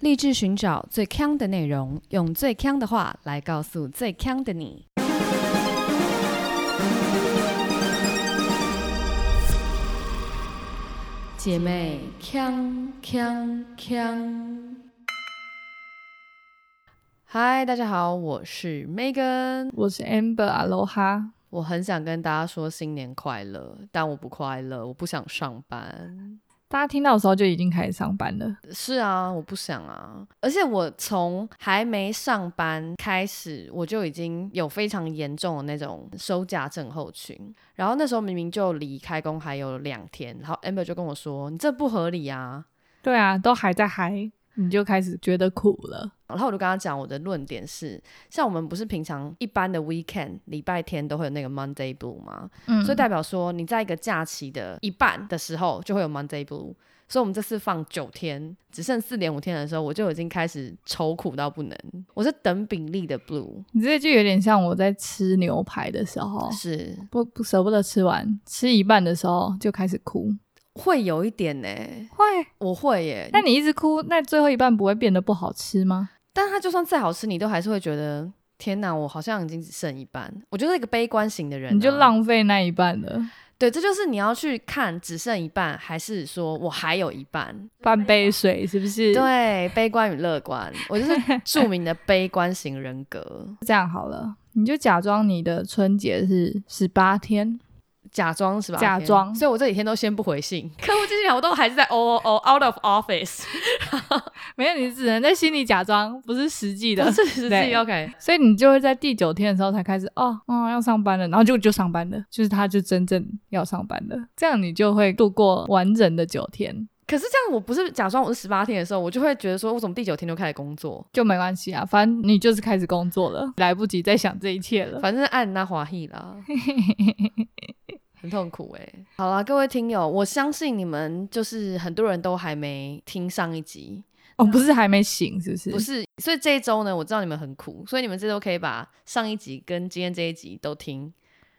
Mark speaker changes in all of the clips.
Speaker 1: 立志寻找最强的内容，用最强的话来告诉最强的你。姐妹，强强强！嗨，大家好，我是 Megan，
Speaker 2: 我是 Amber Aloha。
Speaker 1: 我很想跟大家说新年快乐，但我不快乐，我不想上班。
Speaker 2: 大家听到的时候就已经开始上班了。
Speaker 1: 是啊，我不想啊，而且我从还没上班开始，我就已经有非常严重的那种休假症候群。然后那时候明明就离开工还有两天，然后 Amber 就跟我说：“你这不合理啊。
Speaker 2: 对啊，都还在嗨，你就开始觉得苦了。”
Speaker 1: 然后我就跟他讲我的论点是，像我们不是平常一般的 weekend 礼拜天都会有那个 Monday Blue 吗？
Speaker 2: 嗯
Speaker 1: 所以代表说你在一个假期的一半的时候就会有 Monday Blue。所以我们这次放九天，只剩四点五天的时候，我就已经开始愁苦到不能。我是等比例的 blue，
Speaker 2: 你这就有点像我在吃牛排的时候，
Speaker 1: 是
Speaker 2: 不不舍不得吃完，吃一半的时候就开始哭。
Speaker 1: 会有一点呢、
Speaker 2: 会？
Speaker 1: 我会耶、
Speaker 2: 那你一直哭，那最后一半不会变得不好吃吗？
Speaker 1: 但它就算再好吃，你都还是会觉得天哪，我好像已经只剩一半。我就是一个悲观型的人啊、
Speaker 2: 你就浪费那一半了，
Speaker 1: 对，这就是你要去看只剩一半，还是说我还有一半？
Speaker 2: 半杯水是不是？，
Speaker 1: 对，啊悲观与乐观，我就是著名的悲观型人格。
Speaker 2: 这样好了，你就假装你的春节是十八天，
Speaker 1: 假装是吧？
Speaker 2: 假装
Speaker 1: 所以我这几天都先不回 信，客户进来我都还是在 O O O out of office，
Speaker 2: 没有，你只能在心里假装，不是实际
Speaker 1: 不
Speaker 2: 的。
Speaker 1: 是实际
Speaker 2: 对
Speaker 1: OK。
Speaker 2: 所以你就会在第九天的时候才开始哦，嗯，要上班了，然后就就上班了，就是他就真正要上班了，这样你就会度过完整的九天，
Speaker 1: 可是这样，我不是假装我是十八天的时候，我就会觉得说，我怎么第九天就开始工 作？
Speaker 2: 就没关系啊，反正你就是开始工作了，来不及再想这一切了。
Speaker 1: 反正按那华裔 啦，很痛苦哎、好啦，各位听友，我相信你们就是很多人都还没听上一集，
Speaker 2: 哦，不是还没醒是不是？
Speaker 1: 不是，所以这一周呢，我知道你们很苦，所以你们这周可以把上一集跟今天这一集都听。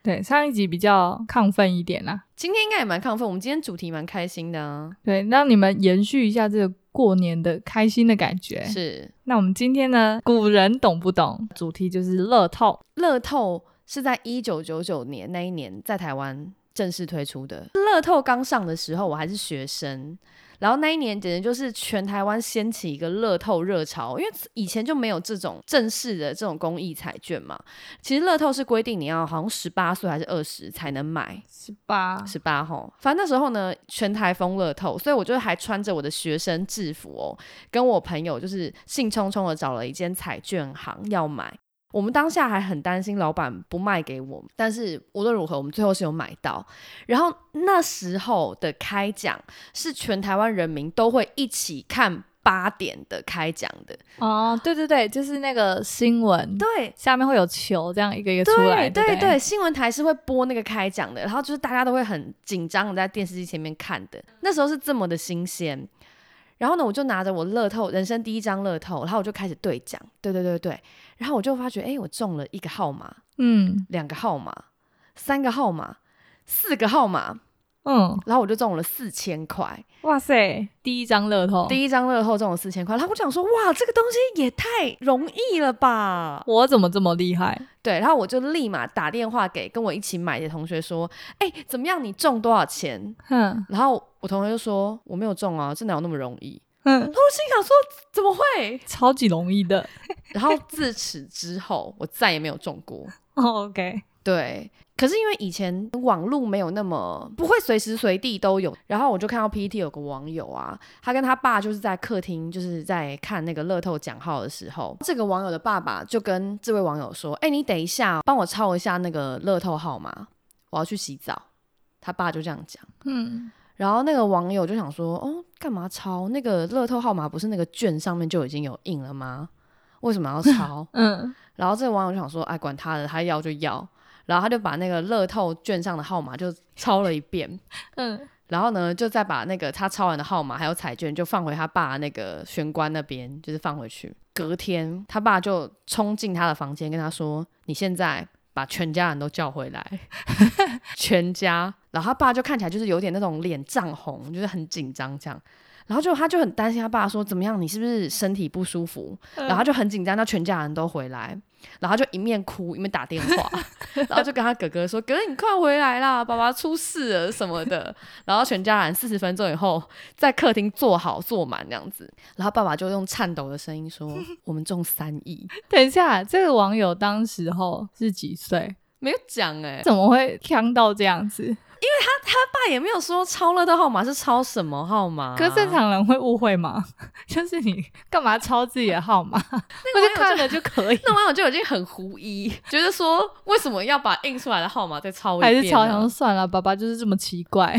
Speaker 2: 对，上一集比较亢奋一点啦。
Speaker 1: 今天应该也蛮亢奋，我们今天主题蛮开心的啊，
Speaker 2: 对，让你们延续一下这个过年的开心的感觉。
Speaker 1: 是
Speaker 2: 那我们今天呢，古人懂不懂？主题就是乐透。
Speaker 1: 乐透是在一九九九年那一年在台湾正式推出的。乐透刚上的时候，我还是学生。然后那一年简直就是全台湾掀起一个乐透热潮，因为以前就没有这种正式的这种公益彩券嘛。其实乐透是规定你要好像十八岁还是二十才能买，
Speaker 2: 十八，
Speaker 1: 十八号，反正那时候呢，全台风乐透，所以我就还穿着我的学生制服哦，跟我朋友就是兴冲冲的找了一间彩券行要买。我们当下还很担心老板不卖给我们，但是无论如何，我们最后是有买到。然后那时候的开奖是全台湾人民都会一起看八点的开奖的，
Speaker 2: 哦，对对对，就是那个新闻，
Speaker 1: 对，
Speaker 2: 下面会有球这样一个一个出来，
Speaker 1: 对
Speaker 2: 对不
Speaker 1: 对，新闻台是会播那个开奖的，然后就是大家都会很紧张的在电视机前面看的，那时候是这么的新鲜。然后呢，我就拿着我乐透人生第一张乐透，然后我就开始兑奖，对对对对，然后我就发觉，哎，我中了一个号码，
Speaker 2: 嗯
Speaker 1: 两个号码，三个号码，四个号码，
Speaker 2: 嗯，
Speaker 1: 然后我就中了四千块，
Speaker 2: 哇塞，第一张乐透，
Speaker 1: 第一张乐透中了四千块，然后我就想说，哇，这个东西也太容易了吧，
Speaker 2: 我怎么这么厉害？
Speaker 1: 对，然后我就立马打电话给跟我一起买的同学说：“哎、怎么样？你中多少钱
Speaker 2: 哼？”
Speaker 1: 然后我同学就说：“我没有中啊，这哪有那么容易
Speaker 2: 哼？”，
Speaker 1: 然后我心想说：“怎么会
Speaker 2: 超级容易的。？”
Speaker 1: 然后自此之后，我再也没有中过。
Speaker 2: 哦 OK，
Speaker 1: 对，可是因为以前网络没有那么不会随时随地都有，然后我就看到 PPT 有个网友啊，他跟他爸就是在客厅就是在看那个乐透奖号的时候，这个网友的爸爸就跟这位网友说：“哎、你等一下，帮我抄一下那个乐透号码，我要去洗澡。”他爸就这样讲，
Speaker 2: 嗯，
Speaker 1: 然后那个网友就想说：“哦，干嘛抄？那个乐透号码不是那个券上面就已经有印了吗？为什么要抄？”
Speaker 2: 嗯，
Speaker 1: 然后这个网友就想说，哎，管他的，他要就要。然后他就把那个乐透券上的号码就抄了一遍，
Speaker 2: 嗯，
Speaker 1: 然后呢，就再把那个他抄完的号码还有彩券就放回他爸那个玄关那边，就是放回去。隔天，他爸就冲进他的房间，跟他说：“你现在把全家人都叫回来， 全家。”然后他爸就看起来就是有点那种脸涨红，就是很紧张这样。然后就他就很担心他爸说怎么样，你是不是身体不舒服？然后他就很紧张，那全家人都回来，然后他就一面哭一面打电话， 然后就跟他哥哥说：“哥，你快回来啦，爸爸出事了什么的。”然后全家人四十分钟以后在客厅坐好坐满那样子，然后爸爸就用颤抖的声音 说：“我们中三亿，
Speaker 2: 等一下，这个网友当时候是几岁？
Speaker 1: 没有讲哎、
Speaker 2: 怎么会呛到这样子？
Speaker 1: 爸也没有说超乐透号码是超什么号码、啊
Speaker 2: 可是正常人会误会吗？ 就是你干嘛抄自己的号码？
Speaker 1: 个
Speaker 2: 我就看了就可 以，
Speaker 1: 那网友就已经很狐疑， 觉得说为什么要把印出来的号码再抄一
Speaker 2: 还
Speaker 1: 遍呢？
Speaker 2: 是抄想说算了，爸爸就是这么奇怪。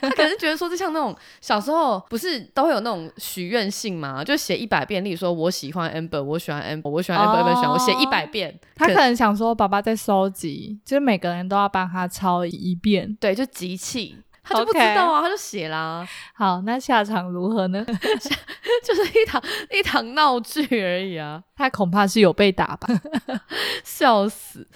Speaker 1: 他可能觉得说，就像那种小时候不是都会有那种许愿信嘛，就写一百遍，例如说我喜欢 Amber，我喜欢 Amber，我喜欢 Amber，Amber、喜欢我，写一百遍，
Speaker 2: 他可能想说，爸爸在收集，就是每个人都要帮他抄一遍。
Speaker 1: 对就集气。他就不知道啊他就写啦，
Speaker 2: 好，那下场如何呢？
Speaker 1: 就是一堂一堂闹剧而已啊，
Speaker 2: 他恐怕是有被 打吧？
Speaker 1: 笑死。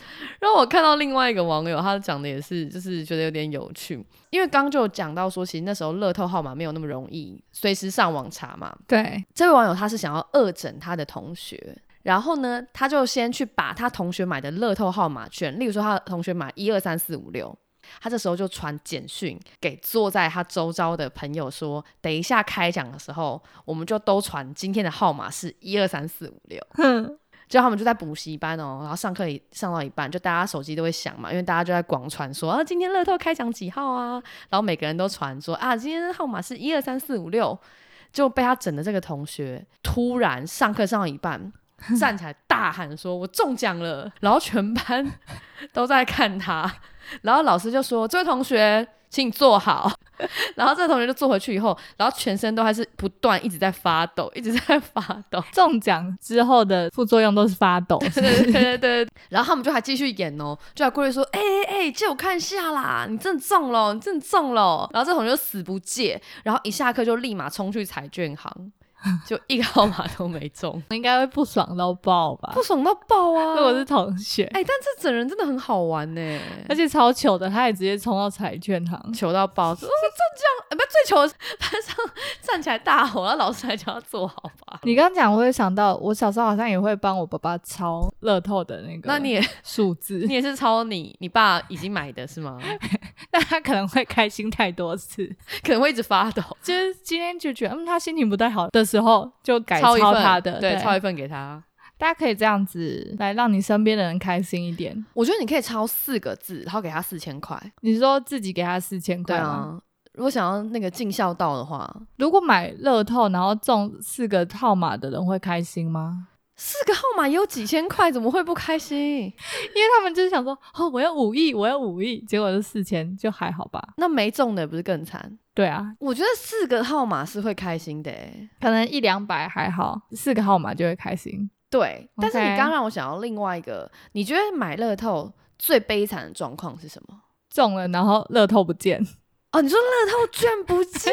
Speaker 1: 然后我看到另外一个网友，他讲的也是，就是觉得有点有趣，因为刚刚就有讲到说，其实那时候乐透号码没有那么容易随时上网查嘛，
Speaker 2: 对，
Speaker 1: 这位网友他是想要恶整他的同学，然后呢，他就先去把他同学买的乐透号码券，例如说他的同学买一二三四五六，他这时候就传简讯给坐在他周遭的朋友说，等一下开奖的时候，我们就都传今天的号码是一二三四五六。
Speaker 2: 哼，
Speaker 1: 就他们就在补习班哦，然后上课也上到一半，就大家手机都会响嘛，因为大家就在广传说啊，今天乐透开奖几号啊，然后每个人都传说啊，今天的号码是一二三四五六，就被他整的这个同学突然上课上到一半站起来大喊说：“我中奖了！”然后全班都在看他， 然后老师就说：“这位同学，请你坐好。” 然后这个同学就坐回去以后，然后全身都还是不断一直在发抖， 一直在发抖。
Speaker 2: 中奖之后的副作用都是发 抖。
Speaker 1: 对对对对对，然后他们就还继续演哦，就还过去说，哎哎哎，借我看一下啦，你真的中了，你真的中了。然后这同学就死不借，然后一下课就立马冲去彩券行，就一个号码都没中，
Speaker 2: 应该会不爽到爆 吧？
Speaker 1: 不爽到爆啊！
Speaker 2: 如果是同学，
Speaker 1: 哎、但这整人真的很好玩呢、
Speaker 2: 而且超糗的，他也直接冲到彩券行。
Speaker 1: 求到爆，说哦中奖，呃不最糗的是班上站起来大吼，然后老师还叫他坐好吧。
Speaker 2: 你刚刚讲，我也想到，我小时候好像也会帮我爸爸抄乐透的那个，
Speaker 1: 那你也
Speaker 2: 数字
Speaker 1: 你，也是抄你你爸已经买的是吗？
Speaker 2: 那他可能会开心太多次，
Speaker 1: 可能会一直发抖，
Speaker 2: 就是今天就觉得，嗯，他心情不太好的时候，就改
Speaker 1: 抄一份
Speaker 2: 他的，
Speaker 1: 对，抄一份给他。
Speaker 2: 大家可以这样子来让你身边的人开心一点。
Speaker 1: 我觉得你可以抄四个字，然后给他四千块。啊
Speaker 2: 你说自己给他四千块吗？，
Speaker 1: 如果想要那个尽孝道的话，
Speaker 2: 如果买乐透然后中四个号码的人会开心吗？
Speaker 1: 四个号码也有几千块，怎么会不开心？
Speaker 2: 因为他们就是想说，哦，我要五亿，我要五亿，结果就四千，就还好吧。
Speaker 1: 那没中的不是更惨？
Speaker 2: 对啊，
Speaker 1: 我觉得四个号码是会开心的、欸，
Speaker 2: 可能一两百还好，四个号码就会开心。
Speaker 1: 对。但是你
Speaker 2: OK
Speaker 1: 刚让我想到另外一个，你觉得买乐透最悲惨的状况是什么？
Speaker 2: 中了，然后乐透不见。，
Speaker 1: 哦，你说乐透券不 见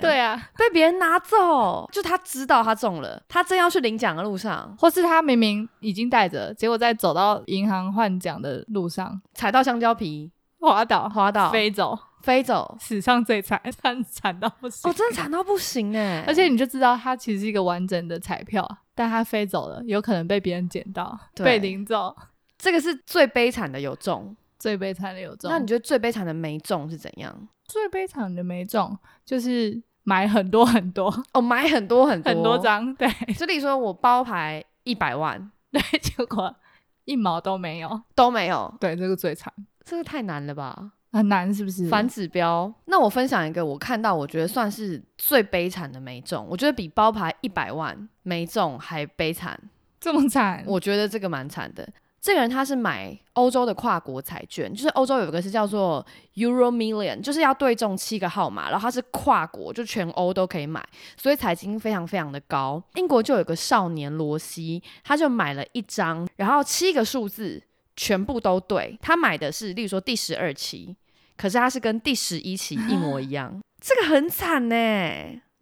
Speaker 2: 对，啊，
Speaker 1: 被别人拿走，就他知道他中了，他正要去领奖的路上
Speaker 2: 或是他明明已经带着，结果在走到银行换奖的路上
Speaker 1: 踩到香蕉皮
Speaker 2: 滑倒，
Speaker 1: 滑倒
Speaker 2: 飞走，
Speaker 1: 飞走，
Speaker 2: 史上最惨，惨惨到不行。
Speaker 1: 哦，真的惨到不行哎！
Speaker 2: 而且你就知道，它其实是一个完整的彩票，但它飞走了，有可能被别人捡到，
Speaker 1: 对
Speaker 2: 被领走。
Speaker 1: 这个是最悲惨的有中，
Speaker 2: 最悲惨的有中，
Speaker 1: 那你觉得最悲惨的没中是怎样？
Speaker 2: 最悲惨的没中，就是买很多很多
Speaker 1: 哦，买很多很多
Speaker 2: 很多，张，对
Speaker 1: 就例如说我包牌一百万
Speaker 2: 对，结果一毛都没有。
Speaker 1: 都没有，
Speaker 2: 对，这个最惨，
Speaker 1: 这个太难了吧？
Speaker 2: 很难是不是？
Speaker 1: 反指标。那我分享一个我看到我觉得算是最悲惨的没中，我觉得比包牌一百万没中还悲惨，
Speaker 2: 这么惨，
Speaker 1: 我觉得这个蛮惨的。这个人他是买欧洲的跨国彩券，就是欧洲有一个是叫做 Euro Million，就是要对中七个号码，然后它是跨国，就全欧都可以买，所以彩金非常非常的高。英国就有个少年罗西，他就买了一张，然后七个数字全部都对，他买的是例如说第十二期，可是他是跟第十一期一模一样，这个很惨呢、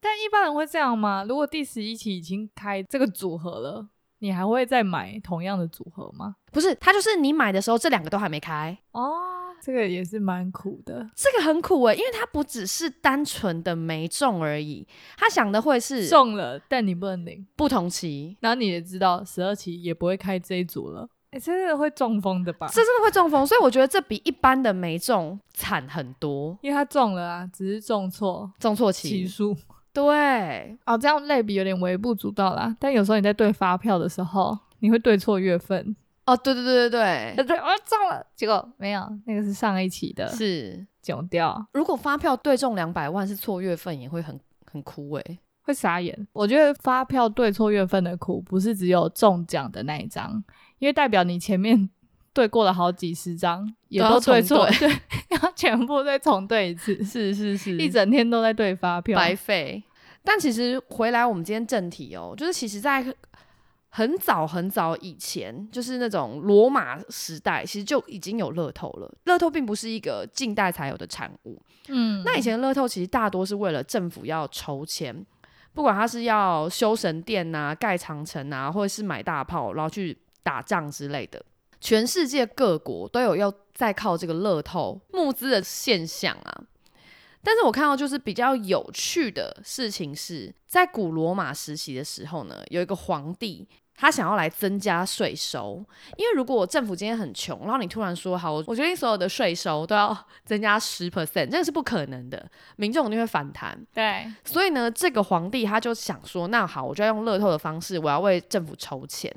Speaker 2: 但一般人会这样吗？如果第十一期已经开这个组合了，你还会再买同样的组合吗？
Speaker 1: 不是，他就是你买的时候这两个都还没开，
Speaker 2: 哦，这个也是蛮苦的，
Speaker 1: 这个很苦哎、因为他不只是单纯的没中而已，他想的会是
Speaker 2: 中了，但你不能领。
Speaker 1: 不同期，
Speaker 2: 然后你也知道，十二期也不会开这一组了，哎、真的会中风的吧？
Speaker 1: 这真的会中风，所以我觉得这比一般的没中惨很多，
Speaker 2: 因为他中了啊，只是中错
Speaker 1: 中错
Speaker 2: 期
Speaker 1: 期，
Speaker 2: 数。
Speaker 1: 对，
Speaker 2: 哦，这样类比有点微不足道啦。但有时候你在对发票的时候，你会对错月份，
Speaker 1: 哦，对对对对
Speaker 2: 呃，
Speaker 1: 对，
Speaker 2: 对，我、中了，结果没有，那个是上一期的，
Speaker 1: 是。
Speaker 2: 囧掉，
Speaker 1: 如果发票对中两百万是错月份，也会很很欸枯萎。
Speaker 2: 会傻眼。我觉得发票对错月份的苦，不是只有中奖的那一张，因为代表你前面对过了好几十张，也
Speaker 1: 都要
Speaker 2: 都对
Speaker 1: 重
Speaker 2: 错，对， 要全部再重对一次，
Speaker 1: 是是是
Speaker 2: 一整天都在对发票，
Speaker 1: 嗯白费。但其实回来我们今天正题哦，就是其实，在很早很早以前，就是那种罗马时代，其实就已经有乐透了。乐透并不是一个近代才有的产物。
Speaker 2: 嗯，
Speaker 1: 那以前的乐透其实大多是为了政府要筹钱，不管他是要修神殿呐、盖长城啊，或者是买大炮，然后去打仗之类的。全世界各国都有要在靠这个乐透募资的现象啊。但是我看到就是比较有趣的事情是，在古罗马时期的时候呢，有一个皇帝。他想要来增加税收，因为如果政府今天很穷，然后你突然说好，我我决定所有的税收都要增加十 percent，这个是不可能的，民众一定会反弹。
Speaker 2: 对，
Speaker 1: 所以呢，这个皇帝他就想说，那好，我就要用乐透的方式，我要为政府筹钱。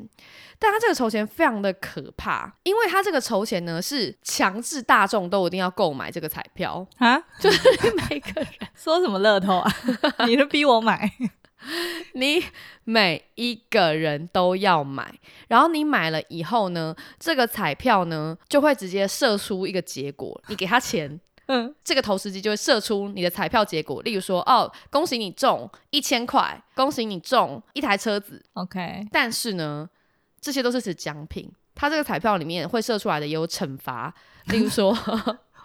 Speaker 1: 但他这个筹钱非常的可怕，因为他这个筹钱呢是强制大众都一定要购买这个彩票，
Speaker 2: 啊，
Speaker 1: 就是每个人
Speaker 2: 说什么乐透 啊？你都逼我买，
Speaker 1: 你每一个人都要买，然后你买了以后呢，这个彩票呢就会直接射出一个结果，你给他钱，
Speaker 2: 嗯，
Speaker 1: 这个投石机就会射出你的彩票结果，例如说，哦，恭喜你中一千块，恭喜你中一台车子。
Speaker 2: OK，
Speaker 1: 但是呢，这些都是指奖品，它这个彩票里面会射出来的也有惩罚，例如说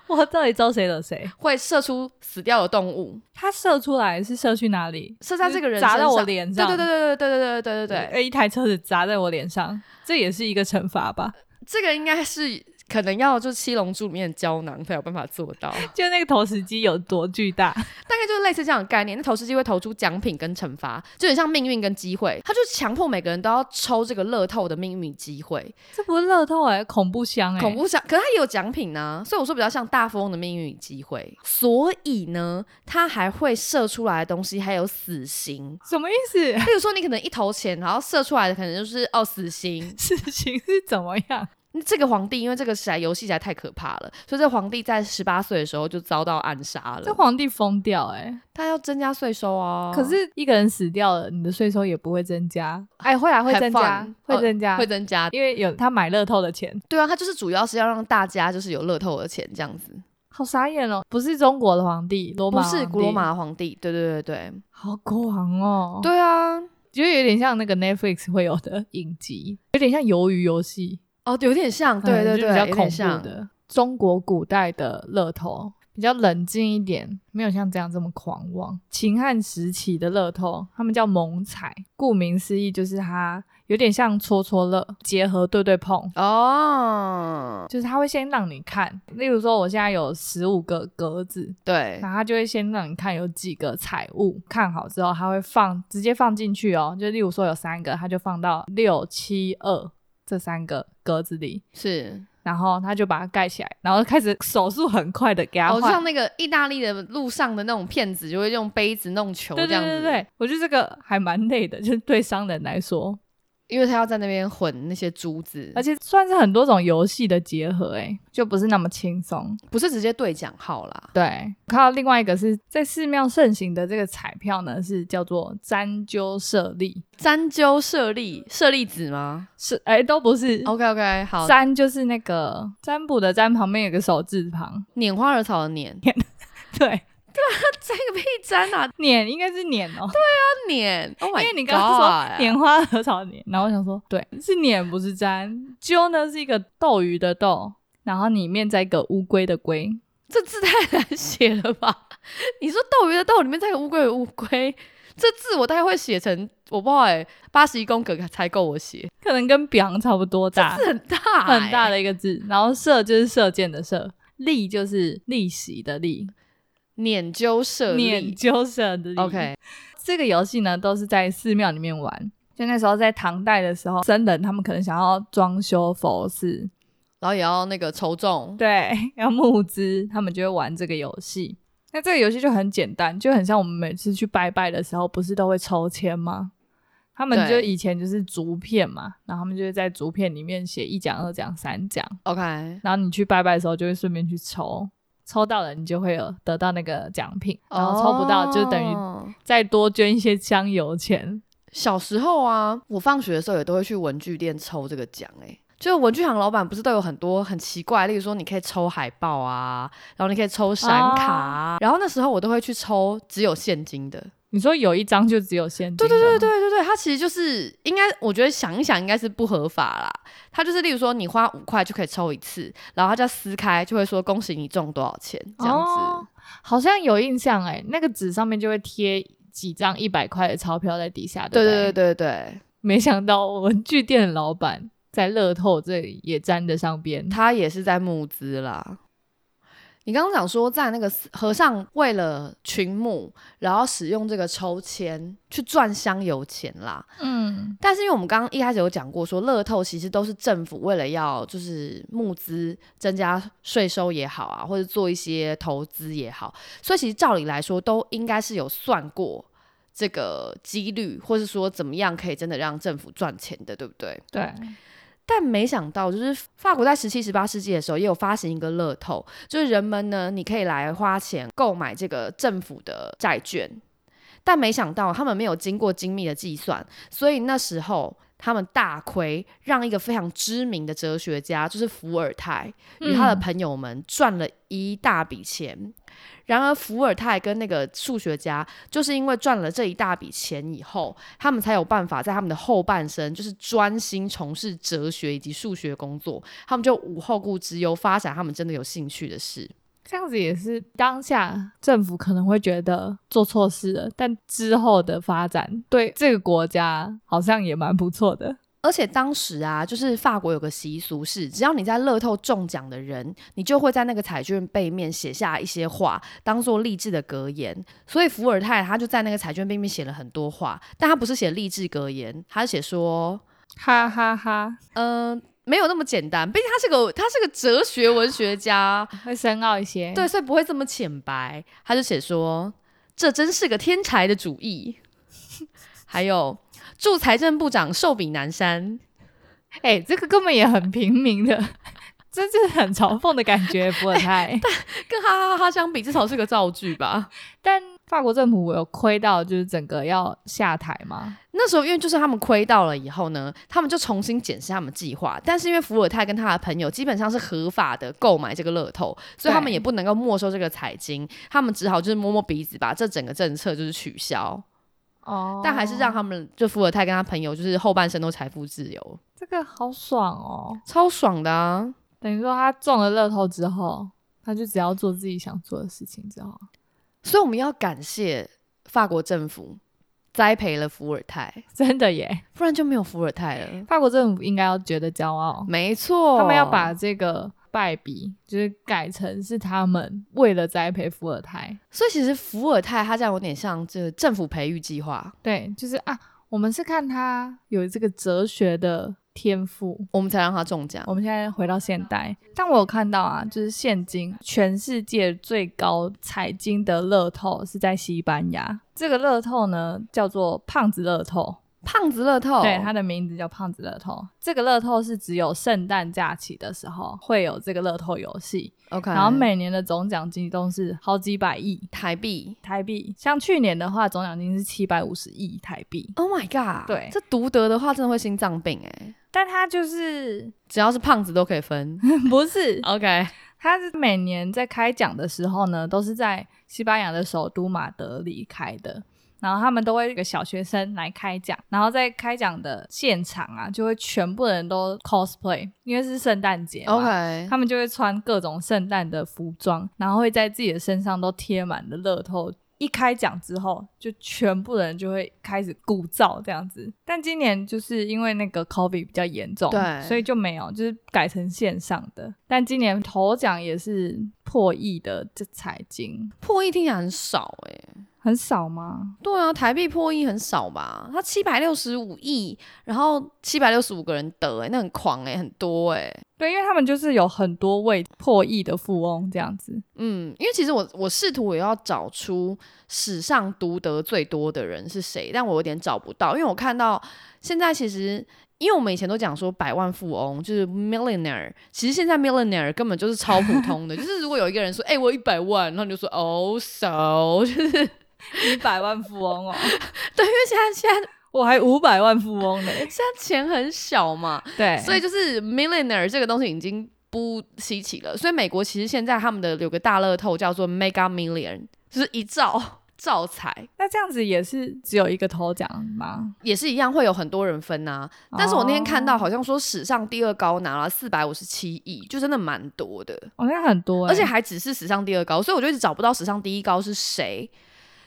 Speaker 2: 我到底招谁惹谁？
Speaker 1: 会射出死掉的动物，
Speaker 2: 他射出来是射去哪里？
Speaker 1: 射在这个人
Speaker 2: 砸到
Speaker 1: 身
Speaker 2: 我
Speaker 1: 上
Speaker 2: 脸
Speaker 1: 对
Speaker 2: 上，
Speaker 1: 对对对对对对对对对对，
Speaker 2: 呃对，一台车子砸在我脸上，这也是一个惩罚吧？
Speaker 1: 这个应该是可能要就七龙珠里面的胶囊才有办法做到，
Speaker 2: 就那个投石机有多巨大？
Speaker 1: 大概就是类似这样的概念。那投石机会投出奖品跟惩罚，就很像命运跟机会，它就强迫每个人都要抽这个乐透的命运机会。
Speaker 2: 这不是乐透哎、恐怖箱哎、
Speaker 1: 恐怖奖，可是它也有奖品呢、所以我说比较像大富翁的命运与机会。所以呢，它还会射出来的东西还有死 刑。
Speaker 2: 什么意思？
Speaker 1: 例如说，你可能一投钱，然后射出来的可能就是哦死刑。
Speaker 2: 事情是怎么样？
Speaker 1: 这个皇帝因为这个实在游戏实在太可怕了，所以这皇帝在十八岁的时候就遭到暗杀
Speaker 2: 这
Speaker 1: 了。
Speaker 2: 皇帝疯掉哎、
Speaker 1: 他要增加税收啊，
Speaker 2: 可是一个人死掉了，你的税收也不会增加。哎，会啊，会
Speaker 1: Have
Speaker 2: 增加
Speaker 1: fun，
Speaker 2: 会增加，
Speaker 1: 哦会增加。
Speaker 2: 因为有他买乐透的钱。
Speaker 1: 对啊，他就是主要是要让大家就是有乐透的钱这样子，
Speaker 2: 好傻眼哦！不是中国的皇帝，罗马
Speaker 1: 不是
Speaker 2: 皇
Speaker 1: 古罗
Speaker 2: 帝，
Speaker 1: 马的皇帝。对对对对
Speaker 2: 好狂哦！
Speaker 1: 对，，对啊，
Speaker 2: 觉得有点像那个 Netflix 会有的影集，有点像鱿鱼游戏，
Speaker 1: 哦，有点像，对
Speaker 2: 嗯
Speaker 1: 对
Speaker 2: 就
Speaker 1: 对，
Speaker 2: 比较
Speaker 1: 有
Speaker 2: 恐
Speaker 1: 点
Speaker 2: 怖
Speaker 1: 像。
Speaker 2: 的中国古代的乐透，比较冷静一点，没有像这样这么狂妄。秦汉时期的乐透，他们叫蒙彩，顾名思义就是它有点像戳戳乐，结合对对碰。
Speaker 1: 哦，
Speaker 2: 就是他会先让你看，例如说我现在有十五个格子，
Speaker 1: 对，
Speaker 2: 然后他就会先让你看有几个彩物，看好之后他会放直接放进去哦，就例如说有三个，他就放到六七二这三个格子里，
Speaker 1: 是。
Speaker 2: 然后他就把它盖起来，然后开始手速很快的给他
Speaker 1: 哦，就
Speaker 2: 换。
Speaker 1: 像那个意大利的路上的那种骗子，就会用杯子弄球
Speaker 2: 对
Speaker 1: 这
Speaker 2: 对
Speaker 1: 样子，
Speaker 2: 对对，对我觉得这个还蛮累的，就是对商人来说，
Speaker 1: 因为他要在那边混那些珠子，
Speaker 2: 而且算是很多种游戏的结合、欸，就不是那么轻松。
Speaker 1: 不是直接对奖号啦。
Speaker 2: 对，看到另外一个是在寺庙盛行的这个彩票呢，是叫做占鸠舍利，
Speaker 1: 针灸舍利舍利子吗
Speaker 2: 是哎都不是
Speaker 1: ？OK OK，好，
Speaker 2: 占就是那个占卜的占，旁边有个手字旁。
Speaker 1: 拈花惹草的拈，
Speaker 2: 对，
Speaker 1: 沾个屁沾啊，
Speaker 2: 碾应该是碾哦、
Speaker 1: 碾！Oh
Speaker 2: 因
Speaker 1: my
Speaker 2: 为你刚刚说
Speaker 1: god！
Speaker 2: 拈花惹草的拈，然后我想说，对，是碾不是占。鸠呢是一个斗鱼的斗，然后里面再一个乌龟的龟，
Speaker 1: 这字太难写了吧？ 你说斗鱼的斗里面再个乌龟的乌龟，这字我大概会写成，我不知道哎、八十一宫格才够我写，
Speaker 2: 可能跟“表”差不多大，
Speaker 1: 字很大、
Speaker 2: 啊
Speaker 1: 欸
Speaker 2: 很大
Speaker 1: 的。
Speaker 2: 的一个字。然后射就是射箭的射，利就是利息的利，
Speaker 1: 研究设
Speaker 2: 念
Speaker 1: 呃立。
Speaker 2: 旧舍的利。
Speaker 1: OK，
Speaker 2: 这个游戏呢都是在寺庙里面玩。就那时候在唐代的时候，僧人他们可能想要装修佛寺，
Speaker 1: 然后也要那个抽中，
Speaker 2: 对， 要募资，他们就会玩这个游戏。那这个游戏就很简单，就很像我们每次去拜拜的时候，不是都会抽签吗？他们就
Speaker 1: 对
Speaker 2: 以前就是竹片嘛，然后他们就会在竹片里面写一奖、二奖、三奖，
Speaker 1: OK，
Speaker 2: 然后你去拜拜的时候就会顺便去抽，抽到了你就会有得到那个奖品，然后抽不到就等于
Speaker 1: 于
Speaker 2: 再多捐一些香油钱。
Speaker 1: 哦小时候啊，我放学的时候也都会去文具店抽这个奖、欸，就文具行老板不是都有很多很奇怪，例如说你可以抽海报啊，然后你可以抽闪卡
Speaker 2: 哦
Speaker 1: 啊，然后那时候我都会去抽只有现金的。
Speaker 2: 你说有一张就只有现金，
Speaker 1: 对对对，对对对，它其实就是应该，我觉得想一想应该是不合法啦。它就是例如说你花五块就可以抽一次，然后它就要撕开就会说恭喜你中多少钱这样子。
Speaker 2: 哦好像有印象哎、那个纸上面就会贴几张一百块的钞票在底下。
Speaker 1: 对
Speaker 2: 不
Speaker 1: 对对
Speaker 2: 对，
Speaker 1: 对对，
Speaker 2: 没想到文具店的老板在乐透这里也沾得上边。
Speaker 1: 他也是在募资啦。你刚刚讲说，在那个寺和尚为了群募，然后使用这个抽签去赚香油钱啦。
Speaker 2: 嗯，
Speaker 1: 但是因为我们刚刚一开始有讲过说乐透其实都是政府为了要就是募资、增加税收也好啊，或者做一些投资也好，所以其实照理来说都应该是有算过这个几率，或是说怎么样可以真的让政府赚钱的，对不对？
Speaker 2: 对，
Speaker 1: 但没想到，就是法国在十七、十八世纪的时候，也有发行一个乐透，就是人们呢，你可以来花钱购买这个政府的债券。但没想到，他们没有经过精密的计算，所以那时候他们大亏，让一个非常知名的哲学家，就是伏尔泰与他的
Speaker 2: 嗯
Speaker 1: 朋友们赚了一大笔钱。然而，伏尔泰跟那个数学家，就是因为赚了这一大笔钱以后，他们才有办法在他们的后半生，就是专心从事哲学以及数学工作。他们就无后顾之忧，发展他们真的有兴趣的事。
Speaker 2: 这样子也是当下政府可能会觉得做错事了，但之后的发展对这个国家好像也蛮不错的。
Speaker 1: 而且当时啊，就是法国有个习俗是，只要你在乐透中奖的人，你就会在那个彩券背面写下一些话，当做励志的格言。所以伏尔泰他就在那个彩券背面写了很多话，但他不是写励志格言，他是写说，
Speaker 2: 哈哈哈
Speaker 1: 嗯、没有那么简单，毕竟他是个他是个哲学文学家，
Speaker 2: 会深奥一些。
Speaker 1: 对，，所以不会这么浅白。他就写说，这真是个天才的主意。 还有，祝财政部长寿比南山。
Speaker 2: 哎、这个根本也很平民的， 这就是很嘲讽的感觉，伏尔泰。
Speaker 1: 跟哈哈哈哈相比，至少是个造句吧。
Speaker 2: 但法国政府有亏到，就是整个要下台吗？
Speaker 1: 那时候因为就是他们亏到了以后呢，他们就重新检视他们计划。但是因为伏尔泰跟他的朋友基本上是合法的购买这个乐透，所以他们
Speaker 2: 对
Speaker 1: 也不能够没收这个彩金，他们只好就是摸摸鼻子，把这整个政策就是取消。
Speaker 2: 哦
Speaker 1: 但还是让他们就伏尔泰跟他朋友就是后半生都财富自由，
Speaker 2: 这个好爽哦！
Speaker 1: 超爽的啊！
Speaker 2: 等于说他中了乐透之后，他就只要做自己想做的事情就好。
Speaker 1: 所以我们要感谢法国政府栽培了伏尔泰，
Speaker 2: 真的耶，
Speaker 1: 不然就没有伏尔泰了。
Speaker 2: 法国政府应该要觉得骄傲，
Speaker 1: 没错，
Speaker 2: 他们要把这个败笔就是改成是他们为了栽培伏尔泰。
Speaker 1: 所以其实伏尔泰他这样有点像这个政府培育计划，
Speaker 2: 对，就是啊，我们是看他有这个哲学的天赋，
Speaker 1: 我们才让他中奖
Speaker 2: 我。们现在回到现代，但我有看到啊，就是现今全世界最高彩金的乐透是在西班牙，这个乐透呢叫做胖子乐透，
Speaker 1: 胖子乐透，
Speaker 2: 对，它的名字叫胖子乐透。这个乐透是只有圣诞假期的时候会有这个乐透游戏，
Speaker 1: OK，
Speaker 2: 然后每年的总奖金都是好几百亿
Speaker 1: 台币
Speaker 2: 台币，像去年的话，总奖金是七百五十亿台币，
Speaker 1: ，Oh my god，
Speaker 2: 对
Speaker 1: 这独得的话真的会心脏病哎、
Speaker 2: 但它就是
Speaker 1: 只要是胖子都可以分
Speaker 2: 不是
Speaker 1: ，OK，
Speaker 2: 他是每年在开奖的时候呢，都是在西班牙的首都马德里开的。然后他们都会有一个小学生来开奖，然后在开奖的现场啊，就会全部人都 cosplay，因为是圣诞节嘛
Speaker 1: OK，
Speaker 2: 他们就会穿各种圣诞的服装，然后会在自己的身上都贴满了乐透一开奖之后，就全部人就会开始鼓噪这样子。但今年就是因为那个 COVID 比较严重，
Speaker 1: 对
Speaker 2: 所以就没有，就是改成线上的。但今年头奖也是破亿的这彩金，
Speaker 1: 破亿听起来很少哎、
Speaker 2: 很少吗？
Speaker 1: 对啊，台币破亿很少吧？他七百六十五亿，然后七百六十五个人得、欸，那很狂哎、很多哎、
Speaker 2: 对，因为他们就是有很多位破亿的富翁这样子。
Speaker 1: 嗯，因为其实我我试图也要找出史上独得最多的人是谁，但我有点找不到，因为我看到现在其实。因为我们以前都讲说百万富翁就是 millionaire，其实现在 millionaire 根本就是超普通的，就是如果有一个人说，哎、我一百万，然后你就说哦 so，就是
Speaker 2: 一百万富翁哦，
Speaker 1: 对，因为现在现在
Speaker 2: 我还五百万富翁 呢。
Speaker 1: 现在钱很小嘛，
Speaker 2: 对，
Speaker 1: 所以就是 millionaire 这个东西已经不稀奇了。所以美国其实现在他们的有个大乐透叫做 mega million，就是一兆兆彩，
Speaker 2: 那这样子也是只有一个头奖吗？
Speaker 1: 也是一样会有很多人分啊。但是我那天看到好像说史上第二高拿了四百五十七亿，就真的蛮多的，
Speaker 2: 哦，那很多欸、
Speaker 1: 而且还只是史上第二高，所以我就一直找不到史上第一高是谁。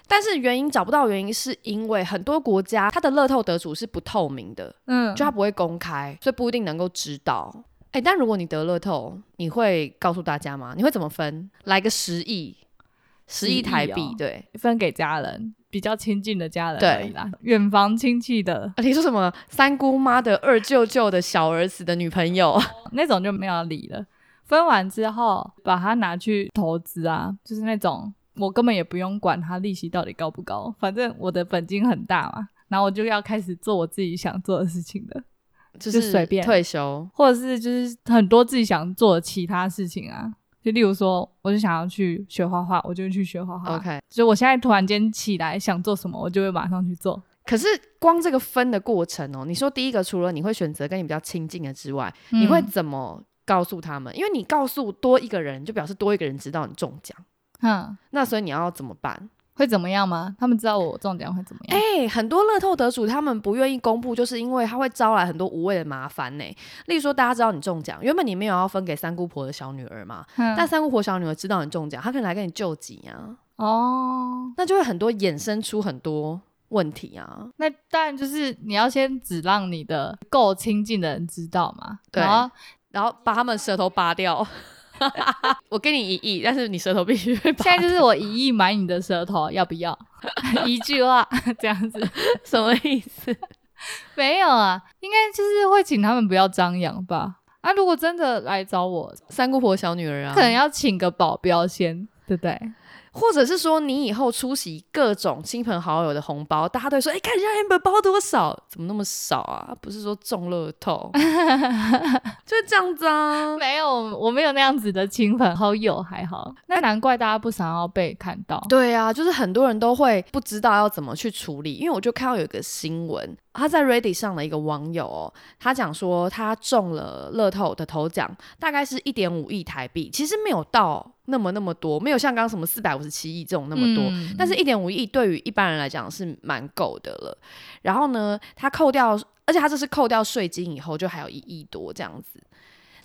Speaker 1: 但是原因找不到原因，是因为很多国家它的乐透得主是不透明的，
Speaker 2: 嗯，
Speaker 1: 就它不会公开，所以不一定能够知道。哎、但如果你得乐透，你会告诉大家吗？你会怎么分？来个十亿，十
Speaker 2: 10
Speaker 1: 亿
Speaker 2: 亿
Speaker 1: 台币，
Speaker 2: 哦
Speaker 1: 对。
Speaker 2: 分给家人，比较亲近的家人
Speaker 1: 对
Speaker 2: 而已啦，远房亲戚的
Speaker 1: 啊，你说什么？三姑妈的二舅舅的小儿子的女朋友，
Speaker 2: 那种就没有理了。分完之后，把它拿去投资啊，就是那种我根本也不用管它利息到底高不高，反正我的本金很大嘛，然后我就要开始做我自己想做的事情了，
Speaker 1: 就
Speaker 2: 就是随便
Speaker 1: 退休。
Speaker 2: 或者是就是很多自己想做的其他事情啊，就例如说，我就想要去学画画，我就去学画画。
Speaker 1: OK，
Speaker 2: 就我现在突然间起来想做什么，我就会马上去做。
Speaker 1: 可是光这个分的过程哦，你说第一个除了你会选择跟你比较亲近的之外，你会
Speaker 2: 嗯
Speaker 1: 怎么告诉他们？因为你告诉多一个人，就表示多一个人知道你中奖，
Speaker 2: 嗯
Speaker 1: 那所以你要怎么办？
Speaker 2: 会怎么样吗？他们知道我中奖会怎么样？
Speaker 1: 哎、很多乐透得主他们不愿意公布，就是因为他会招来很多无谓的麻烦呢、例如说，大家知道你中奖，原本你没有要分给三姑婆的小女儿嘛，
Speaker 2: 嗯
Speaker 1: 但三姑婆小女儿知道你中奖，她可能来跟你救急啊，
Speaker 2: 哦，
Speaker 1: 那就会很多衍生出很多问题啊。
Speaker 2: 那当然就是你要先只让你的够亲近的人知道嘛，
Speaker 1: 对
Speaker 2: 然后
Speaker 1: 然后把他们舌头拔掉， 我给你一亿，但是你舌头必须 被拔
Speaker 2: 现在就是我一亿买你的舌头，要不要？ 一句话这样子
Speaker 1: 什么意思？
Speaker 2: 没有啊，应该就是会请他们不要张扬吧。啊，如果真的来找我，
Speaker 1: 三姑婆小女儿啊，
Speaker 2: 可能要请个保镖先，对不对？
Speaker 1: 或者是说，你以后出席各种亲朋好友的红包，大家都会说：“哎、看一下 Amber 包多少？怎么那么少啊？不是说中乐 透，就是这样子啊。
Speaker 2: 没有，我没有那样子的亲朋好友，还好。那难怪大家不想要被看到”。
Speaker 1: 对啊，就是很多人都会不知道要怎么去处理，因为我就看到有一个新闻，他在 Reddit 上的一个网友、哦，他讲说他中了乐透的头奖，大概是一点五亿台币，其实没有到那么那么多，没有像刚刚什么四百五十七亿这种那么多，
Speaker 2: 嗯
Speaker 1: 但是一点五亿对于一般人来讲是蛮够的了。然后呢，他扣掉，而且他这是扣掉税金以后，就还有一亿多这样子。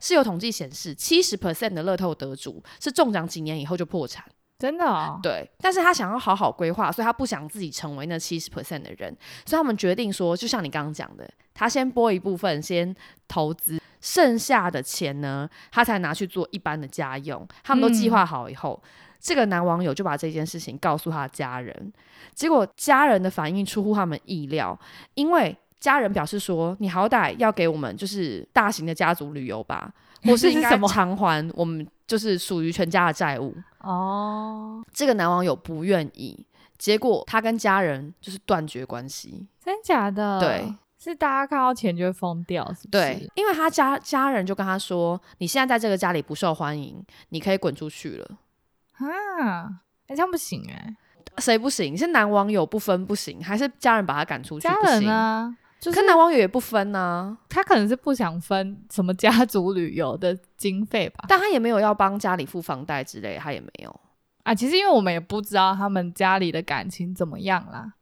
Speaker 1: 是有统计显示，七十 percent 的乐透得主是中奖几年以后就破产，
Speaker 2: 真的哦，
Speaker 1: 对。但是他想要好好规划，所以他不想自己成为那七十 percent 的人，所以他们决定说，就像你刚刚讲的，他先拨一部分先投资，剩下的钱呢，他才拿去做一般的家用。他们都计划好以
Speaker 2: 嗯
Speaker 1: 后，这个男网友就把这件事情告诉他的家人，结果家人的反应出乎他们意料，因为家人表示说：“你好歹要给我们就是大型的家族旅游吧，或 是应
Speaker 2: 这是什
Speaker 1: 该
Speaker 2: 么
Speaker 1: 偿还我们就是属于全家的债务。
Speaker 2: 哦，”
Speaker 1: 这个男网友不愿意，结果他跟家人就是断绝关系。
Speaker 2: 真假的？
Speaker 1: 对，
Speaker 2: 是大家看到钱就会疯掉，是不是？
Speaker 1: 对，，因为他家家人就跟他说：“你现在在这个家里不受欢迎，你可以滚出去了。
Speaker 2: 啊，哎，这样不行哎、”
Speaker 1: 谁不行？是男网友不分不行，还是家人把他赶出去
Speaker 2: 家
Speaker 1: 不
Speaker 2: 人
Speaker 1: 行？
Speaker 2: 啊，就
Speaker 1: 可
Speaker 2: 是
Speaker 1: 男网友也不分啊呐、
Speaker 2: 他可能是不想分什么家族旅游的经费吧？
Speaker 1: 但他也没有要帮家里付房贷之类，他也没有。
Speaker 2: 啊，其实因为我们也不知道他们家里的感情怎么样啦，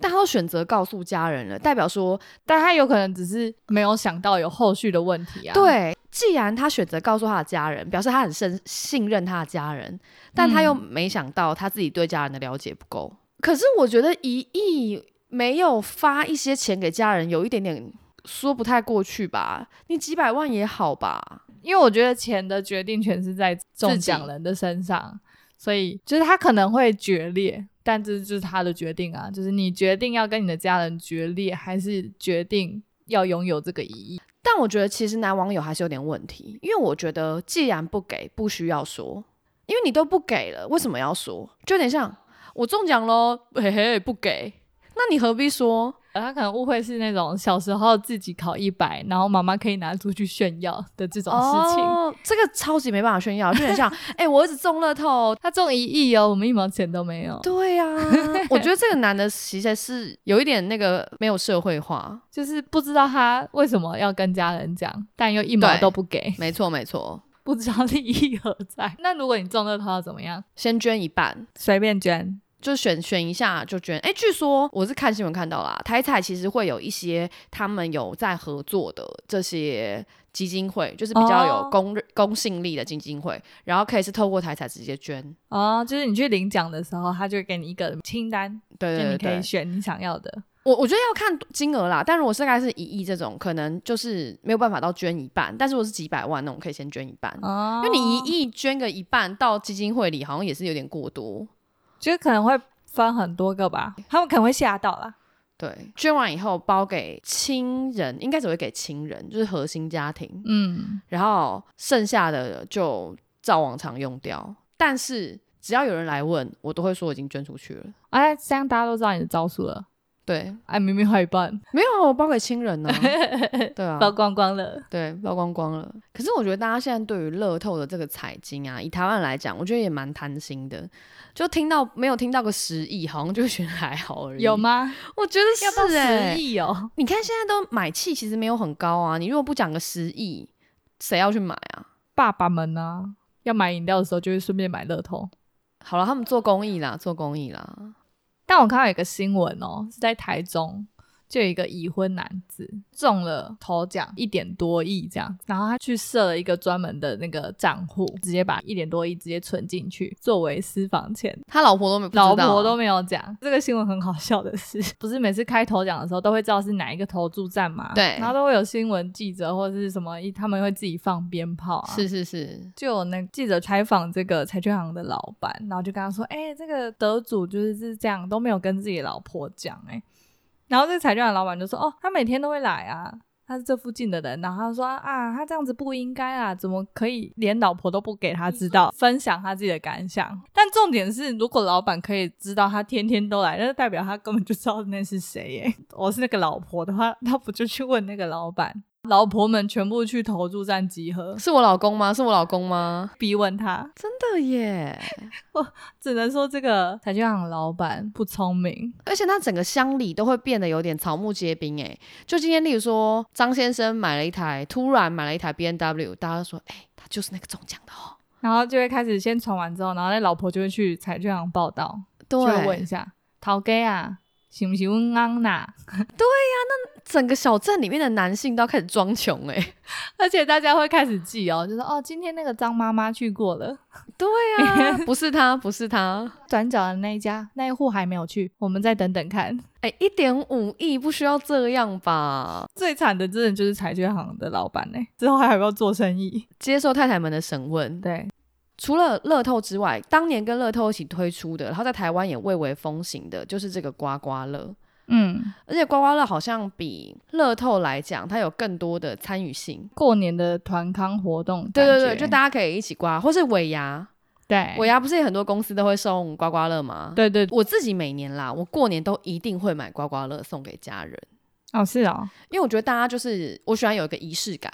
Speaker 1: 但他都选择告诉家人了，代表说
Speaker 2: 但他有可能只是没有想到有后续的问题啊。，
Speaker 1: 对。既然他选择告诉他的家人，表示他很信信任他的家人，但他又没想到他自己对家人的了解不够。可是我觉得一亿没有发一些钱给家人，有一点点说不太过去吧？你几百万也好吧？
Speaker 2: 因为我觉得钱的决定权是在中奖人的身上，所以就是他可能会决裂，但这就是他的决定啊，就是你决定要跟你的家人决裂，还是决定要拥有这个一亿。
Speaker 1: 但我觉得其实男网友还是有点问题，因为我觉得既然不给，不需要说，因为你都不给了，为什么要说？就有点像我中奖喽，嘿嘿，不给，那你何必说？
Speaker 2: 呃他可能误会是那种小时候自己考一百，然后妈妈可以拿出去炫耀的这种事情。
Speaker 1: 哦，这个超级没办法炫耀，就很像，哎、我儿子中乐透。
Speaker 2: 他中一亿哦，我们一毛钱都没有。
Speaker 1: 对 呀、我觉得这个男的其实是有一点那个没有社会化。
Speaker 2: 就是不知道他为什么要跟家人讲，但又一毛
Speaker 1: 对
Speaker 2: 都不给，
Speaker 1: 没错，没错，
Speaker 2: 不知道利益何在。那如果你中乐透要怎么样？
Speaker 1: 先捐一半，
Speaker 2: 随便捐。
Speaker 1: 就选选一下就捐。哎、据说我是看新闻看到啦，台彩其实会有一些他们有在合作的这些基金会，就是比较有
Speaker 2: 哦
Speaker 1: 公、公信力的基金会，然后可以是透过台彩直接捐。
Speaker 2: 哦，就是你去领奖的时候，他就会给你一个清单，
Speaker 1: 对
Speaker 2: 就
Speaker 1: 对对
Speaker 2: 你可
Speaker 1: 对
Speaker 2: 以，选你想要的。
Speaker 1: 我我觉得要看金额啦，但如果是大概是一亿这种，可能就是没有办法到捐一半，但是如果是几百万那种，可以先捐一半。
Speaker 2: 哦
Speaker 1: 因为你一，亿捐个一半到基金会里，好像也是有点过多。
Speaker 2: 就是可能会分很多个吧，他们可能会吓到啦。
Speaker 1: 对，捐完以后包给亲人，应该只会给亲人，就是核心家庭，
Speaker 2: 嗯，
Speaker 1: 然后剩下的就照往常用掉。但是只要有人来问，我都会说我已经捐出去了。
Speaker 2: 哎、这样大家都知道你的招数了。
Speaker 1: 对，
Speaker 2: 哎，明明还有一半，
Speaker 1: 没有啊，我包给亲 人呢、对啊，
Speaker 2: 包光光了。
Speaker 1: 对，包光光了。可是我觉得大家现在对于乐透的这个彩金啊，以台湾来讲，我觉得也蛮贪心的。就听到没有听到个十亿，好像就觉得还好而已。
Speaker 2: 有？吗？
Speaker 1: 我觉得
Speaker 2: 要到
Speaker 1: 是哎、
Speaker 2: 十亿哦，
Speaker 1: 你看现在都买气其实没有很高啊，你如果不讲个十亿，谁要去买啊？
Speaker 2: 爸爸们呢、要买饮料的时候就会顺便买乐透。
Speaker 1: 好了，他们做公益啦，做公益啦。
Speaker 2: 但我看到有一个新闻哦，是在台中，就有一个已婚男子中了头奖一点多亿这样，然后他去设了一个专门的那个账户，直接把一点多亿直接存进去作为私房钱。
Speaker 1: 他老婆都没不知道
Speaker 2: 老
Speaker 1: 啊，
Speaker 2: 婆都没有讲，这个新闻很好笑的是， 不是每次开头奖的时候都会知道是哪一个投注站嘛？
Speaker 1: 对
Speaker 2: 然后都会有新闻记者或者是什么，他们会自己放鞭炮啊，
Speaker 1: 是是是，
Speaker 2: 就有那个记者采访这个彩券行的老板，然后就跟他说：“哎、这个得主就是是这样，都没有跟自己老婆讲。”哎，然后这个彩券行老板就说：“哦，他每天都会来啊，他是这附近的人。”然后他说：“啊，他这样子不应该啊，怎么可以连老婆都不给他知道，分享他自己的感想？”但重点是，如果老板可以知道他天天都来，那就代表他根本就知道那是谁耶。我是那个老婆的话，他不就去问那个老板？老婆们全部去投注站集合，
Speaker 1: 是我老公吗？是我老公吗？
Speaker 2: 逼问他。
Speaker 1: 真的耶！
Speaker 2: 只能说这个彩券行老板不聪明，
Speaker 1: 而且他整个乡里都会变得有点草木皆兵哎、就今天，例如说张先生买了一台，突然买了一台 B N W，大家都说哎、他就是那个中奖的哦。
Speaker 2: 然后就会开始先传完之后，然后那老婆就会去彩券行报道，
Speaker 1: 对
Speaker 2: 就会问一下陶哥啊，是不是温安娜？
Speaker 1: 整个小镇里面的男性都要开始装穷哎。
Speaker 2: 而且大家会开始记哦，就说哦，今天那个张妈妈去过了，
Speaker 1: 对啊， 不是他，不是他。
Speaker 2: 转角的那一家那一户还没有去，我们再等等看。
Speaker 1: 哎、一点五亿不需要这样吧？
Speaker 2: 最惨的真的就是彩券行的老板呢、欸之后还要不要做生意？
Speaker 1: 接受太太们的审问。
Speaker 2: 对，
Speaker 1: 除了乐透之外，当年跟乐透一起推出的，然后在台湾也蔚为风行的，就是这个刮刮乐。
Speaker 2: 嗯，
Speaker 1: 而且刮刮乐好像比乐透来讲，它有更多的参与性。
Speaker 2: 过年的团康活动感
Speaker 1: 对
Speaker 2: 觉，
Speaker 1: 对对，就大家可以一起刮，或是尾牙，
Speaker 2: 对，
Speaker 1: 尾牙不是也很多公司都会送刮刮乐吗？，
Speaker 2: 对对
Speaker 1: 我自己每年啦，我过年都一定会买刮刮乐送给家人，
Speaker 2: 哦是哦，
Speaker 1: 因为我觉得大家就是我喜欢有一个仪式感，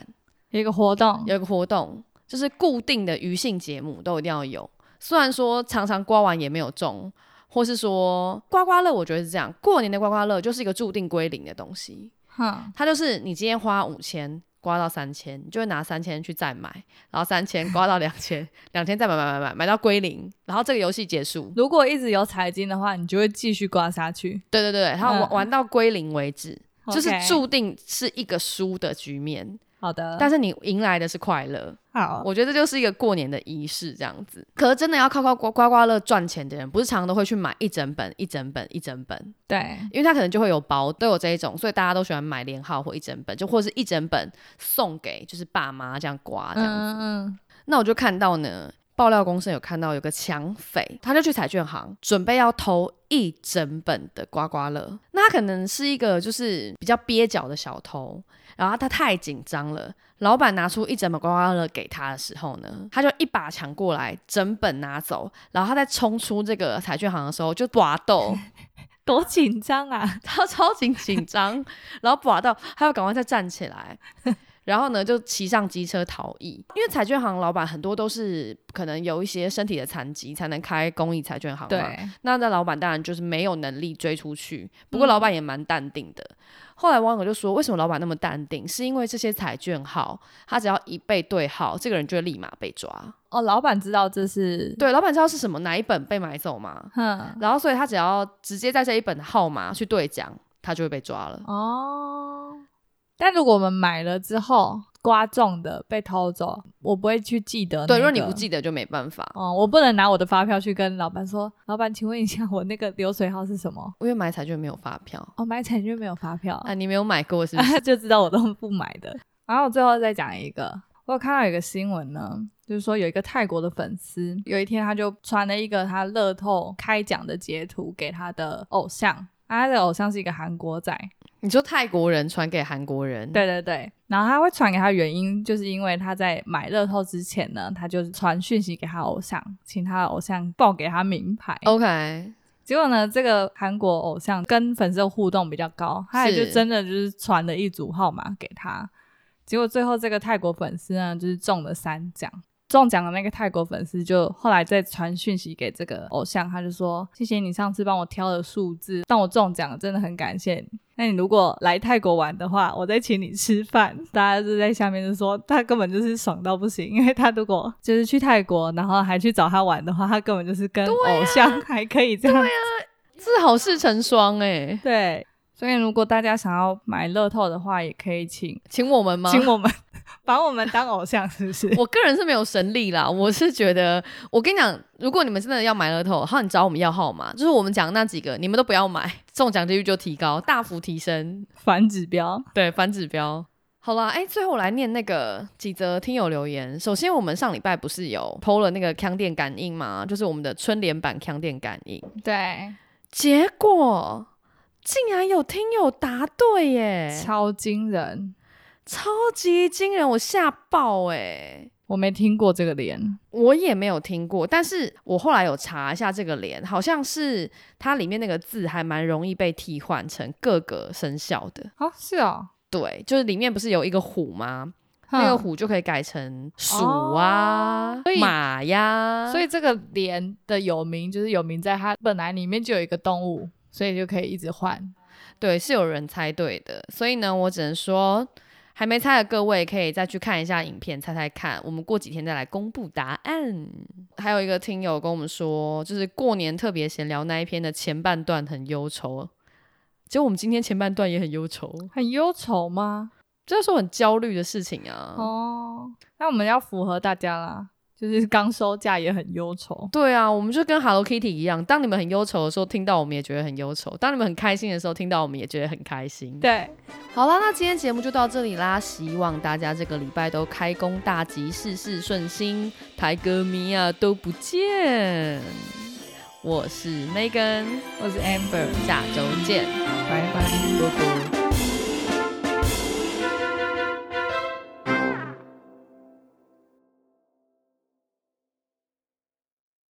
Speaker 2: 有一个活动，
Speaker 1: 有一个活动，就是固定的娱性节目都一定要有。虽然说常常刮完也没有中，或是说刮刮乐，我觉得是这样，过年的刮刮乐就是一个注定归零的东西，
Speaker 2: 哼。
Speaker 1: 它就是你今天花五千。刮到三千，你就会拿三千去再买，然后三千刮到两千， 两千再买买买买买到归零，然后这个游戏结束。
Speaker 2: 如果一直有彩金的话，你就会继续刮下去。
Speaker 1: 对对对，然后玩、
Speaker 2: 嗯
Speaker 1: 玩到归零为止，就是
Speaker 2: OK 嗯
Speaker 1: 注定是一个输的局面，
Speaker 2: 好的，
Speaker 1: 但是你迎来的是快乐。
Speaker 2: 好
Speaker 1: 我觉得这就是一个过年的仪式，这样子。可是真的要靠靠刮刮刮乐赚钱的人，不是常常都会去买一整本、一整本、一整本，
Speaker 2: 对
Speaker 1: 因为他可能就会有包，都有这一种，所以大家都喜欢买连号或一整本，就或是一整本送给就是爸妈这样刮这样子。
Speaker 2: 嗯嗯
Speaker 1: 那我就看到呢，爆料公社有看到有个抢匪，他就去彩券行准备要偷一整本的刮刮乐。那他可能是一个就是比较蹩脚的小偷，然后他太紧张了。老板拿出一整本刮刮乐给他的时候呢，他就一把抢过来，整本拿走。然后他在冲出这个彩券行的时候就拔豆，
Speaker 2: 多紧张啊！
Speaker 1: 他超级紧张，然后拔到，他要赶快再站起来，然后呢就骑上机车逃逸。因为彩券行老板很多都是可能有一些身体的残疾才能开公益彩券行嘛，
Speaker 2: 对，
Speaker 1: 那那老板当然就是没有能力追出去，不过老板也蛮淡定的。后来网友就说，为什么老板那么淡定？是因为这些彩券号，他只要一被对号，这个人就会立马被抓。
Speaker 2: 哦，老板知道这是，
Speaker 1: 对，老板知道是什么哪一本被买走吗？
Speaker 2: 哼，
Speaker 1: 然后所以他只要直接在这一本号码去兑奖，他就会被抓了。
Speaker 2: 哦。但如果我们买了之后刮中的被偷走，我不会去记得、那个。
Speaker 1: 对，如果你不记得就没办法。
Speaker 2: 哦，我不能拿我的发票去跟老板说，老板，请问一下，我那个流水号是什么？
Speaker 1: 因为买彩券没有发票
Speaker 2: 哦，买彩券没有发票，
Speaker 1: 啊，你没有买过是不是？
Speaker 2: 就知道我都不买的。然后最后再讲一个，我有看到一个新闻呢，就是说有一个泰国的粉丝，有一天他就传了一个他乐透开奖的截图给他的偶像，啊他的偶像是一个韩国仔，
Speaker 1: 你说泰国人传给韩国人，，
Speaker 2: 对对对，然后他会传给他原因，就是因为他在买乐透之前呢，他就是传讯息给他偶像，请他的偶像报给他名牌。
Speaker 1: OK，
Speaker 2: 结果呢，这个韩国偶像跟粉丝的互动比较高，他也
Speaker 1: 是
Speaker 2: 就真的就是传了一组号码给他。结果最后这个泰国粉丝呢，就是中了三奖。中奖的那个泰国粉丝就后来再传讯息给这个偶像，他就说：“谢谢你上次帮我挑的数字，但我中奖了真的很感谢你。那你如果来泰国玩的话，我再请你吃饭。”大家就在下面就说他根本就是爽到不行，因为他如果就是去泰国，然后还去找他玩的话，他根本就是跟偶像还可以这样
Speaker 1: 是好事成双哎、
Speaker 2: 对，所以如果大家想要买乐透的话，也可以请
Speaker 1: 请我们吗？
Speaker 2: 请我们把我们当偶像，是不是？
Speaker 1: 我个人是没有神力啦，我是觉得，我跟你讲，如果你们真的要买乐透，然后你找我们要号码，就是我们讲的那几个，你们都不要买，中奖几率就提高，大幅提升，
Speaker 2: 反指标，
Speaker 1: 对，反指标。好啦，哎、最后我来念那个几则听友留言。首先，我们上礼拜不是有 PO 了那个腔电感应嘛，就是我们的春联版腔电感应，
Speaker 2: 对，
Speaker 1: 结果竟然有听友答对耶，
Speaker 2: 超惊人，
Speaker 1: 超级惊人，我吓爆哎！
Speaker 2: 我没听过这个脸，
Speaker 1: 我也没有听过，但是我后来有查一下这个联，好像是它里面那个字还蛮容易被替换成各个生肖的。
Speaker 2: 哦，是哦，
Speaker 1: 对，就是里面不是有一个虎吗？那个
Speaker 2: 哼，
Speaker 1: 虎就可以改成鼠啊、
Speaker 2: 哦所以
Speaker 1: 马呀，
Speaker 2: 所
Speaker 1: 以
Speaker 2: 以这个脸的有名就是有名在它本来里面就有一个动物，所以就可以一直换。
Speaker 1: 对是有人猜对的。所以呢，我只能说，还没猜的各位可以再去看一下影片，猜猜看。我们过几天再来公布答案。还有一个听友跟我们说，就是过年特别闲聊那一篇的前半段很忧愁。结果我们今天前半段也很忧愁，
Speaker 2: 很忧愁吗？
Speaker 1: 就是说很焦虑的事情啊。
Speaker 2: 哦，那我们要符合大家啦，就是刚收假也很忧愁。
Speaker 1: 对啊，我们就跟 Hello Kitty 一样，当你们很忧愁的时候，听到我们也觉得很忧愁；当你们很开心的时候，听到我们也觉得很开心。
Speaker 2: 对，
Speaker 1: 好啦，那今天节目就到这里啦，希望大家这个礼拜都开工大吉，事事顺心，台歌迷啊都不见。我是 Megan，
Speaker 2: 我是 Amber，
Speaker 1: 下周见，
Speaker 2: 拜拜。
Speaker 1: 啵啵